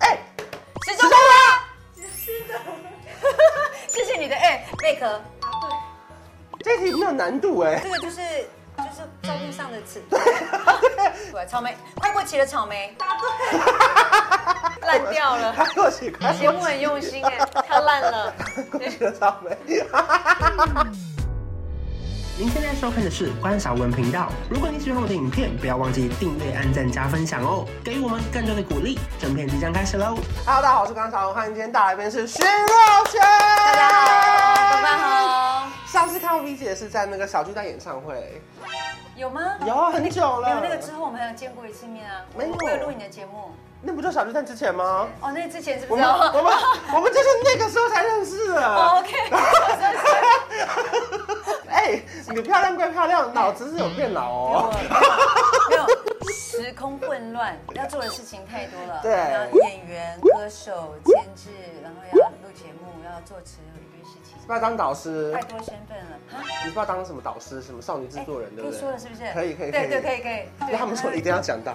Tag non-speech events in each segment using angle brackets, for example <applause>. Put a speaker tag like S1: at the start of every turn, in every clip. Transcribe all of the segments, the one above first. S1: 哎
S2: <laughs> 哎贝壳，
S1: 这题没有难度哎、
S2: 这个就是就是照片上的
S1: <laughs>
S2: 尺。对，草莓，快过期的草莓，答对，烂掉了。
S1: 太过奇怪了，
S2: 节目很用心哎，它烂了。
S1: 恭喜了草莓。您现在收看的是关少文频道。如果你喜欢我的影片，不要忘记订阅、按赞、加分享哦，给予我们更多的鼓励。正片即将开始喽！Hello，大家好，我是关少文，欢迎今天大来宾是徐若瑄。
S2: 大
S1: 大
S2: 家好，伙伴。好，
S1: 上次看到 V 姐是在那个小巨蛋演唱会，
S2: 有吗？
S1: 有啊很久了。
S2: 哎没有那个之后，我们还有见过一次面啊。
S1: 没有
S2: 我有录你的节目。
S1: 那不就小巨蛋之前吗？
S2: 哦，那之前是不
S1: 我
S2: 是
S1: 们
S2: 要？
S1: 我们我们就是那个时候才认识的。
S2: 哦 OK，我真是
S1: <laughs> 哎，你漂亮归漂亮，脑子是有变老哦。
S2: 哎啊没有时空混乱，要做的事情太多了。
S1: 对
S2: 要演员、歌手、监制，然后要录节目，要做词，有一堆事情，
S1: 不要当导师，
S2: 太多身份了。啊
S1: 你不知道当什么导师，什么少女制作人，对
S2: 哎
S1: 不
S2: 可以
S1: 对？
S2: 说了是不是？
S1: 可以可以
S2: 对对可以可以。
S1: 因
S2: 对
S1: 为他们说一定要
S2: <laughs>
S1: 讲到。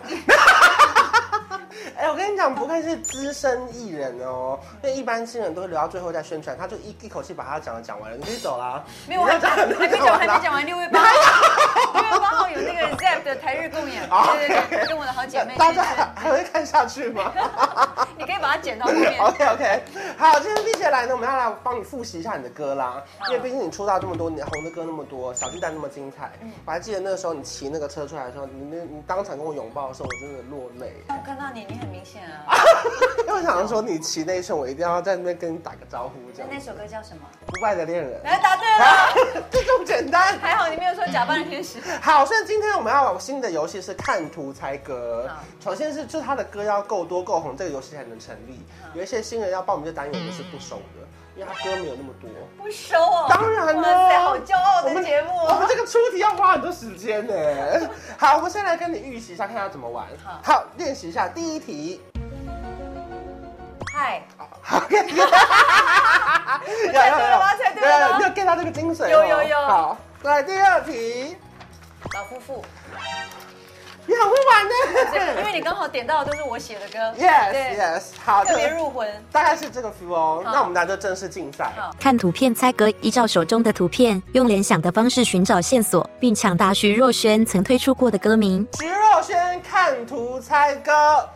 S1: 哎、我跟你讲，不愧是资深艺人哦，因为一般新人都会留到最后再宣传，他就一一口气把他讲的讲完了，你可以走啦。
S2: 没有，我还啊
S1: 你要
S2: 还没讲完，还没。讲完。六月八号，六月八号有那个 ZEP 的台日共演，
S1: 哦
S2: 对对对，跟我的好姐妹
S1: <laughs> 大
S2: 宣
S1: 家
S2: 誓，
S1: 还还会看下去
S2: <laughs>
S1: 吗 <laughs>
S2: 你可以把它剪到后面。
S1: ？OK OK，好，今天毕姐来呢，我们要来帮你复习一下你的歌啦，因为毕竟你出道这么多年，红的歌那么多，小巨蛋那么精彩，
S2: 嗯
S1: 我还记得那个时候你骑那个车出来的时候，你那你当场跟我拥抱的时候，我真的落泪。
S2: 但我看到你，你很明显啊。
S1: <laughs> 因为我想说你骑那一瞬，我一定要在那边跟你打个招呼，这
S2: 那
S1: 样。
S2: 啊那首歌叫什么？
S1: 不败的恋人，
S2: 来答对了，
S1: <laughs> 这这么简单。
S2: 还好你没有说假扮的天使。
S1: 好，所以今天我们要玩新的游戏是看图猜歌
S2: 好。
S1: 首先是就是他的歌要够多够红，这个游戏才能成立。有一些新人要报名这单元，我们是不熟的，因为他歌没有那么多。
S2: 不收哦。
S1: 当然
S2: 哇
S1: 了
S2: 塞，好骄傲
S1: 我
S2: 的
S1: 们
S2: 节目
S1: 我们
S2: 哦。
S1: 这个出题要花很多时间呢。好，我们先来跟你预习一下，看要怎么玩。
S2: 好
S1: 好，练习一下第一题。
S2: 嗨，
S1: 好，要
S2: <laughs> 我猜对了吗？猜对了
S1: 你有
S2: 吗？
S1: get 到这个精髓哦？
S2: 有有有
S1: 好，来第二题，
S2: 老夫妇，
S1: 你很会玩呢。
S2: 对， <laughs> 因为你刚好点到的都是我写的歌
S1: Yes
S2: 对，
S1: Yes，好，
S2: 特
S1: 这
S2: 别
S1: 个
S2: 入魂。
S1: 大概是这个 feel 哦。
S2: 好
S1: 那我们俩就正式竞赛。
S2: 好
S3: 看图片猜歌，依照手中的图片，用联想的方式寻找线索，并抢答徐若瑄曾推出过的歌名。
S1: 徐若瑄看图猜歌，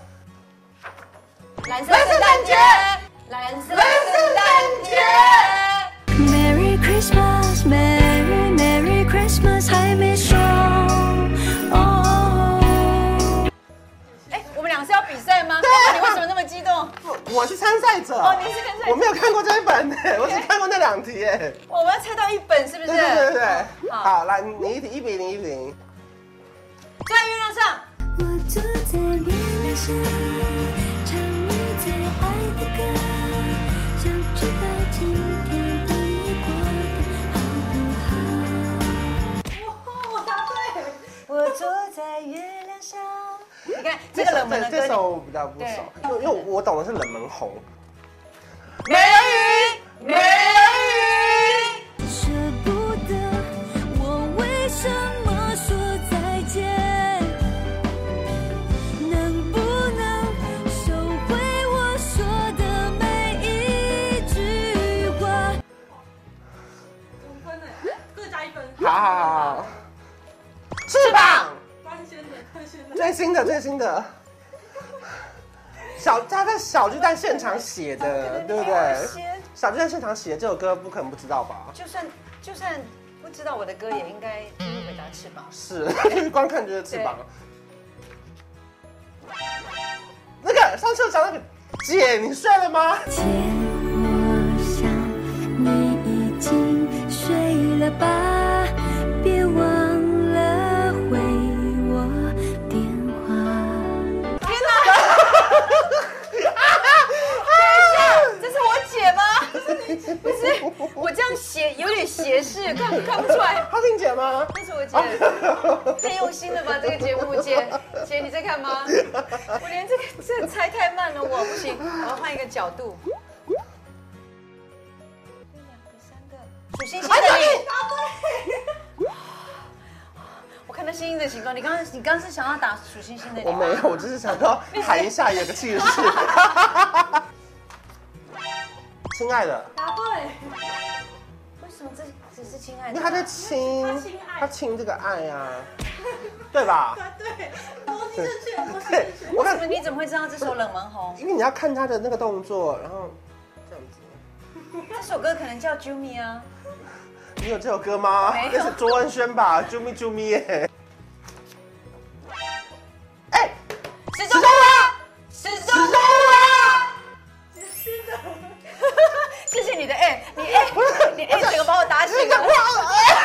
S2: 蓝色圣诞节，蓝色圣诞节。
S4: Merry Christmas, Merry Merry Christmas，还没说。哦，
S2: 哎，我们两个是要比赛吗？
S1: 啊
S2: 对，你为什么那么激动？
S1: 不我是参赛者。
S2: 哦你是参赛者
S1: 我没有看过这一本呢，我只看过那两题耶。
S2: 我们要猜到一本是不是？
S1: 对对对对，
S2: 好
S1: 好，来你一题一比零一比零。
S2: 坐在月亮上，
S4: 我坐在月亮上，唱你最爱的歌，想知道今天的你过得好不好？
S2: 哇，答对。我坐在月亮上，你看这个
S1: 首
S2: 冷门的
S1: 对这
S2: 歌，
S1: 首我比较不熟，因
S2: 对
S1: 为因为我懂的是冷门红。
S2: 美人鱼，美人鱼。
S4: 舍不得，我为什么说再见？能不能收回我说的每一句话？
S1: 好好好好，翅膀，最新的最新的，小他在小巨蛋现场写的，啊对不对？
S2: 先
S1: 小巨蛋现场写的这首歌，不可能不知道吧？
S2: 就算就算不知道我的歌，也应该会回答翅膀。
S1: 是，就是 <laughs> 光看就是翅膀。那个上次有讲那个姐，你睡了吗？
S4: 姐，我想你已经睡了吧，别忘了回我电话。
S2: 哎这是我姐吗？不是，我这样斜有点斜视，看不看不出来。
S1: 她听姐吗？
S2: 那是我姐，太用心了吧？这个节目，姐姐你在看吗？我连这个这猜太慢了，我不行，我要换一个角度。一两个、三个，数星星
S1: 哎
S2: 的你， <laughs> 我看到星星的情况，你刚刚你刚刚是想要打数星星的你
S1: 我
S2: 吗
S1: 没
S2: <laughs>
S1: 有，我只是想说喊一下有个气势。 <laughs> 亲爱的，
S2: 答对，什么这只是亲爱
S1: 因
S2: 的
S1: 为
S2: 啊？
S1: 他在亲
S5: 他亲爱，
S1: 他亲这个爱呀、啊，对吧？
S5: 啊，对，逻辑正确，逻辑
S1: 对
S5: 正确，。
S1: 我
S2: 为
S1: 看
S2: 什么你怎么会知道这首冷门红？
S1: 因为你要看他的那个动作，然后这样子。
S2: 这首歌可能叫 Jumi 啊，
S1: 你有这首歌吗
S2: 没有？
S1: 那是卓文萱吧？啾咪啾咪耶！哎，
S2: 始终啦，始终啦。谢谢你的哎，你
S1: <laughs>
S2: 哎，你哎，整个把我打醒
S1: 这个
S2: 了。
S1: 忘了哎，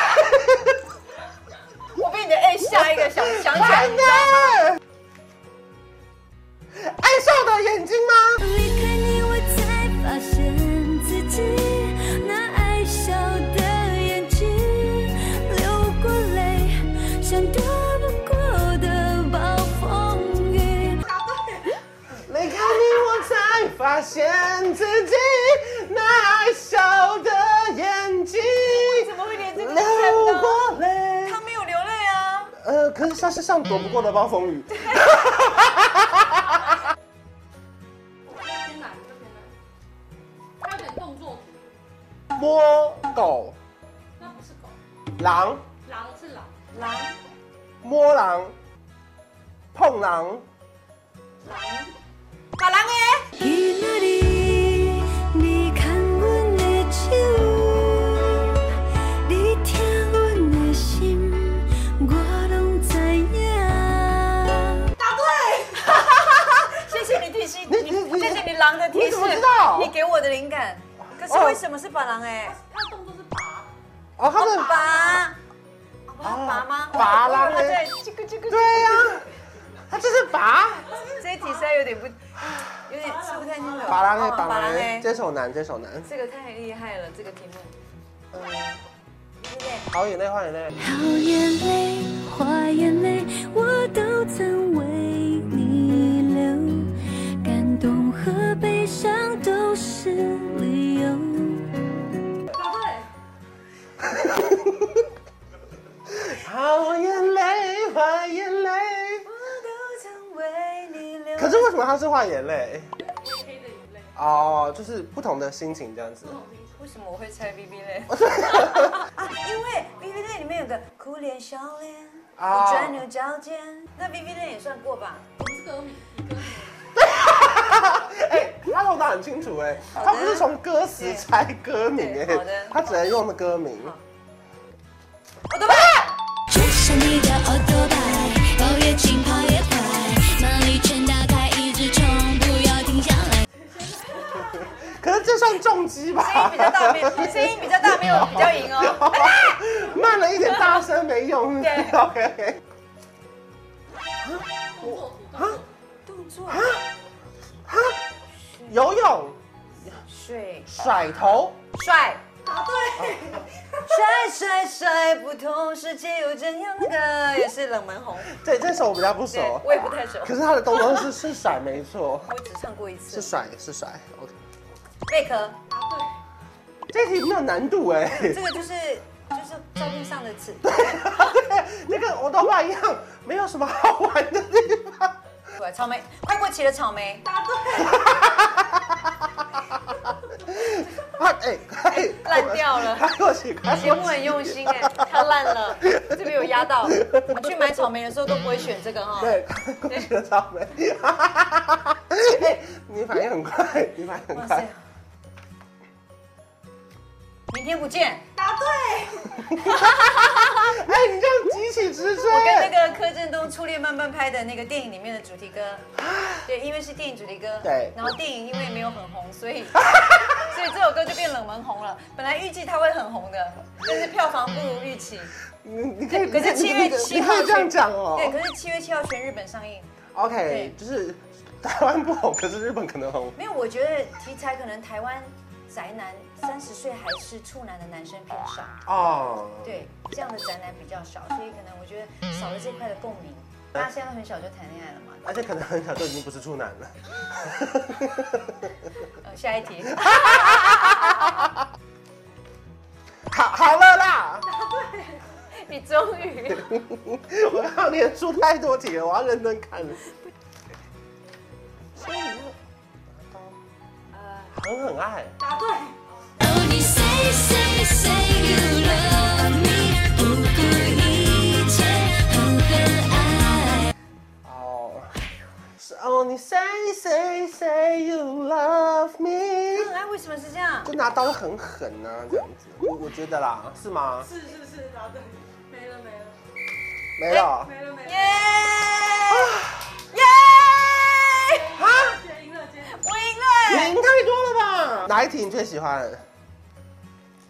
S2: 我被你的哎吓一个想想起来
S1: 完
S2: 你知道吗，
S1: 蛋！哎爱上我的眼睛吗？
S4: 离开你，我才发现自己那爱笑的眼睛流过泪，像躲不过的暴风雨。
S1: 离开你，我才发现自己那爱笑的眼睛
S2: 怎么会连这个都看不
S1: 流
S2: 到？
S1: 过泪。
S2: 他没有流泪啊。
S1: 呃，可是他身上躲不过的暴风雨。
S5: 偏难，这偏难。它有点动作图，
S1: 摸狗
S5: 那不是狗，
S1: 狼，
S5: 狼是狼，
S2: 狼
S1: 摸狼，碰狼。
S2: 把狼耶，
S4: いなり你看我的酒，你听我的心，我拢知影。
S2: 谢谢你提醒，
S1: 你你你
S2: 谢谢你狼的提示，
S1: 你怎么知道
S2: 你给我的灵感。可是为什么是把狼哎？
S5: 它动作是拔，
S1: 哦，他们
S2: 拔，拔吗？
S1: 拔狼
S2: 他
S1: 哎
S2: 在这个这个。
S1: 对呀、他这是拔
S2: 这一题实在有点不， <sighs> 有点吃不太清楚。
S1: 拔狼哎，
S2: 哦
S1: 拔狼哎，
S2: 哎
S1: 这首难，这首难。
S2: 这个太厉害了，这个题目。
S1: 好眼泪，花眼泪。
S4: 好眼泪，花眼泪，我都曾为你流，感动和悲伤都是理由。
S5: 答对，
S1: 好眼泪，花眼泪。
S2: 我都曾为你流
S1: 可是为什么他是画眼泪？
S5: 黑黑的眼泪，哦
S1: 哦，就是不同的心情这样子。
S2: 为什么我会猜 B B 泪？ <laughs> 啊，因为 B B 泪里面有个苦脸笑脸，
S1: 哦
S2: 你钻牛角尖，那 B B 泪也算过吧？
S5: 我们是歌迷，你歌迷，
S1: 哎，他头脑很清楚哎，
S2: 的
S1: 他不是从歌词猜歌名
S2: 对好的
S1: 哎，他只能用的歌名。
S2: 我的爸，
S4: 追上你的奥多拜，哦越近跑越快，马力全打开，一直冲，不要停下来。
S1: 可是这算重击吧？
S2: 声音比较大，没声音比较大，没有比较赢哦。
S1: <laughs> 慢了一点，大声没用。<laughs>
S2: 对
S1: OK。
S5: 动作图，动作图，
S2: 动作
S1: 游泳、
S2: 水
S1: 甩头、
S2: 帅。
S5: 答对，
S2: <laughs> 帅帅帅，不同世界又怎样？那个也是冷门红，
S1: 对，这首我比较不
S2: 对
S1: 熟，，
S2: 我也不太熟，
S1: 可是他的动作是是甩，没错，
S2: 我只唱过一
S1: 是
S2: 次。
S1: 甩是甩。OK，
S2: 贝壳，
S5: 答对，
S1: 这题没有难度哎、 <laughs>
S2: 这个就是就是照片上的词，
S1: 那个我都画一样，没有什么好玩的地方。
S2: 对草莓，快过期的草莓，
S5: 答对，
S1: 啊哎哎，
S2: 烂掉了
S1: 他过去，他
S2: 节
S1: 过
S2: 目
S1: 去。
S2: 很用心哎、它烂了，这边有压到。我去买草莓的时候都不会选这个哈、
S1: 对，他过去的草莓。 <laughs> 哎，你反应很快，你反应很
S2: 哇
S1: 快
S2: 塞。，明天不见。
S5: 答对，
S1: 哎，你这样急起直追。
S2: 跟那个柯震东《初恋慢慢拍》的那个电影里面的主题歌，对，因为是电影主题歌，
S1: 啊对
S2: 然后电影因为没有很红，所以所以这首歌就变冷门红了。本来预计它会很红的，但是票房不如预期。
S1: 你你可以，
S2: 可是
S1: 你
S2: 七月
S1: 你可以
S2: 七
S1: 你
S2: 号
S1: 可以这样
S2: 全
S1: 讲哦。
S2: 对，可是七月七号全日本上映。
S1: OK，就是台湾不红，可是日本可能红。
S2: 没有，我觉得题材可能台湾宅男三十岁还是处男的男生偏少，
S1: 哦，
S2: 对，这样的宅男比较少，所以可能我觉得少了这块的共鸣。大家现在都很小就谈恋爱了嘛，
S1: 而且可能很小就已经不是处男了。 <laughs>
S2: 呃，下一题。 <laughs>
S1: 好，好了啦，
S2: 你终于， <laughs>
S1: 我要连出太多题了，我要认真看了。所以你就，呃，很很爱。
S5: 答对，
S4: Oh, you say, say, say
S1: 你 say say say you love me，
S2: 哎，为什么是这样？
S1: 就拿刀就很狠呐、这样子，我我觉得啦，是吗？
S5: 是是是，然后对，没了没了
S1: 没有，
S5: 没了没
S2: 耶
S5: 了，！
S2: 耶！
S1: 啊
S5: 接赢了接赢了，
S2: 我赢了！
S1: 你赢太多了吧？哪一题你最喜欢？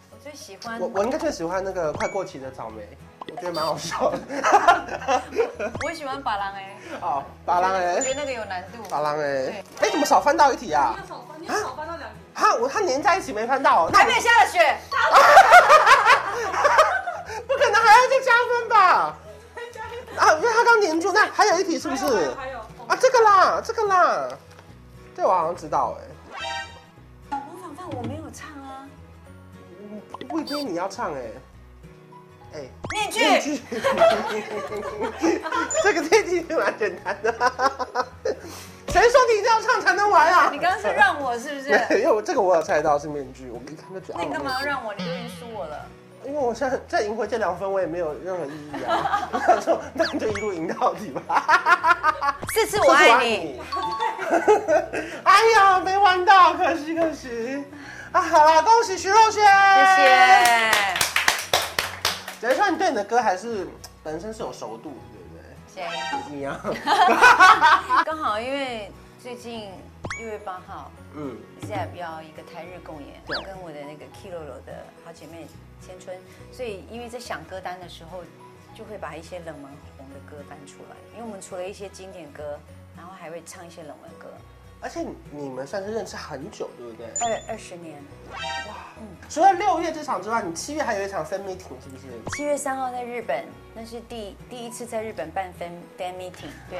S2: 我最喜欢
S1: 我我应该最喜欢那个快过期的草莓，我觉得蛮好笑的。 <laughs>
S2: 我喜欢把郎哎，
S1: 哦，巴郎
S2: 我
S1: 哎
S2: 觉，得那个有难度。
S1: 巴郎哎
S2: 对，
S1: 哎，怎么少翻到一题啊
S5: 你？又少翻，你又少翻到两题，
S1: 哈，我它粘在一起没翻到，那
S2: 还没有下了雪，
S1: 不可能还要再加分吧？啊，因为它刚粘住，那还有一题是不是？
S5: 还有还有还有
S1: 啊，这个啦，这个啦，这我好像知道哎、
S2: 模仿犯我没有唱啊。
S1: 嗯魏斌你要唱哎、哎、
S2: 面
S1: 面
S2: 具，
S1: 具这个这题蛮简单的， <laughs> 谁说你一定要唱才能玩啊？
S2: 你刚刚是让我是不是？
S1: <laughs> 没有，这个我有猜到是面具，我一看就觉得。
S2: 那你干嘛要
S1: 啊？
S2: 让我？你都已经输我了。
S1: 因为我现在再赢回这两分，我也没有任何意义啊。 <laughs> 我想说，那你就一路赢到底吧。
S2: 四次 <laughs> 我爱你，
S1: 这是我爱你。 <laughs> 哎呀，没玩到，可惜可惜。啊，好啦，恭喜徐若瑄，
S2: 谢
S1: 谢。
S2: 谢。
S1: 只能说你对你的歌还是本身是有熟度，对不对？
S2: 谁？
S1: 你
S2: <laughs>
S1: 啊，
S2: 刚好因为最近六月八号
S1: 嗯，
S2: ZAP 要一个台日共演，
S1: 对
S2: 我跟我的那个 Kilolo 的好姐妹千春，所以因为在想歌单的时候，就会把一些冷门红的歌翻出来，因为我们除了一些经典歌，然后还会唱一些冷门歌。
S1: 而且你们算是认识很久，对不对？
S2: 二二十年，
S1: 除了六月这场之外，你七月还有一场 fan meeting，是不是？
S2: 七月三号在日本，那是第第一次在日本办 fan fan meeting，对，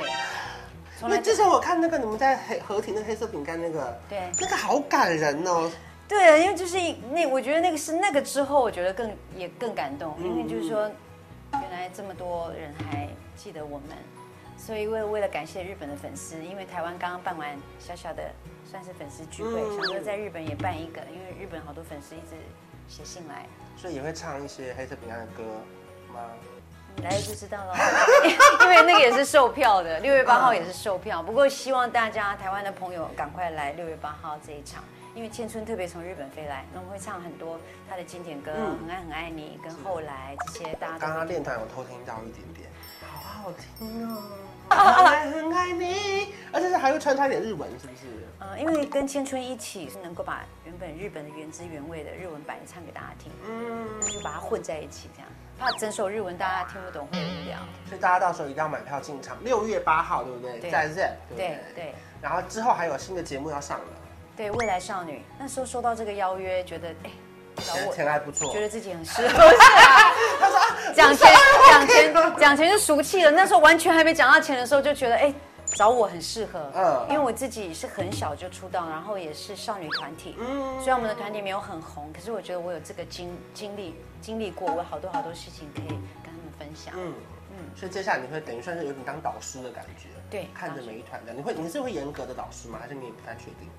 S1: 因
S2: 从
S1: 为
S2: 来
S1: 之前我看那个你们在黑合体那个黑色饼干那个，
S2: 对
S1: 那个好感人哦。
S2: 对，因为就是一那，我觉得那个是那个之后，我觉得更也更感动，因为就是说，原来这么多人还记得我们，所以为为了感谢日本的粉丝，因为台湾刚刚办完小小的算是粉丝聚会，
S1: 嗯
S2: 想说在日本也办一个，因为日本好多粉丝一直写信来，
S1: 所以也会唱一些黑色饼干的歌吗？
S2: 你来了就知道了， <laughs> 因为那个也是售票的，六月八号也是售票。不过希望大家台湾的朋友赶快来六月八号这一场，因为千春特别从日本飞来，那我们会唱很多他的经典歌，
S1: 嗯
S2: 很爱很爱你》跟《后来》这些大家
S1: 刚
S2: 都
S1: 刚
S2: 会听。
S1: 练团有偷听到一点点，好好听
S2: <laughs>
S1: 哦。我还很爱你，而且是还会穿插一点日文，是不是？
S2: 呃，因为跟千春一起是能够把原本日本的原汁原味的日文版唱给大家听，
S1: 嗯，
S2: 那就把它混在一起，这样怕整首日文大家听不懂会无聊。
S1: 所以大家到时候一定要买票进场，六月八号，对不对？
S2: 对
S1: 在 Z，对不
S2: 对
S1: 对？
S2: 对。
S1: 然后之后还有新的节目要上了，
S2: 对，未来少女那时候收到这个邀约，觉得哎。找我
S1: 前来不错
S2: 觉得自己很适合。 <laughs> 不是啊，讲钱讲钱讲钱就俗气了。那时候完全还没讲到钱的时候，就觉得哎、找我很适合。
S1: 嗯
S2: 嗯，因为我自己是很小就出道，然后也是少女团体。嗯，虽然我们的团体没有很红，可是我觉得我有这个经经历经历过，我有好多好多事情可以跟他们分享。
S1: 嗯嗯。所以接下来你会等于算是有点当导师的感觉，
S2: 对
S1: 看着每一团的，你会你是会严格的导师吗？还是你也不太确定？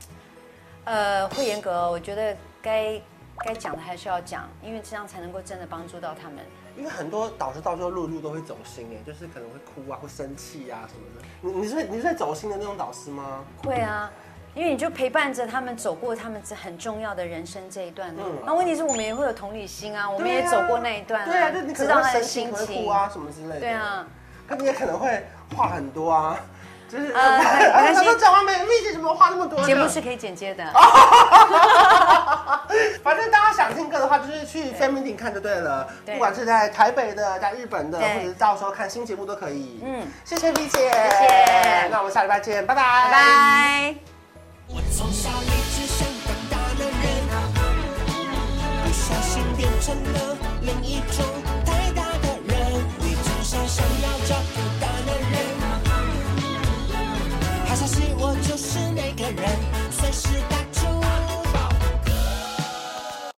S2: 呃，会严格，我觉得该该讲的还是要讲，因为这样才能够真的帮助到他们。
S1: 因为很多导师到最后录一录都会走心哎，就是可能会哭啊，会生气啊什么的。你你是会你是会走心的那种导师吗？
S2: 会啊，因为你就陪伴着他们走过他们这很重要的人生这一段路
S1: 嗯。
S2: 那、问题是我们也会有同理心啊，我们
S1: 对啊
S2: 也走过那一段
S1: 对啊，就你可
S2: 知
S1: 能会
S2: 道他
S1: 生
S2: 的
S1: 气，
S2: 心
S1: 会
S2: 情
S1: 哭。啊什么之类的。
S2: 对，啊，
S1: 可你也可能会话很多啊，就是 <laughs>
S2: 呃没关
S1: 他
S2: 系
S1: 说讲完没力气，怎么话那么多呢？
S2: 节目是可以剪接的。
S1: 哦 <laughs> 反正大家想听歌的话，就是去 f a m i l y 看就对了。
S2: 对
S1: 不管是在台北的、在日本的，或
S2: 对
S1: 者是到时候看新节目都可以。嗯
S2: 嗯，
S1: 谢谢 V 姐，谢
S2: 谢
S1: 那我们下礼拜见，拜拜，
S2: 拜
S1: 拜
S2: 拜。
S6: 我从小一直想当大男人，不小心变成了另一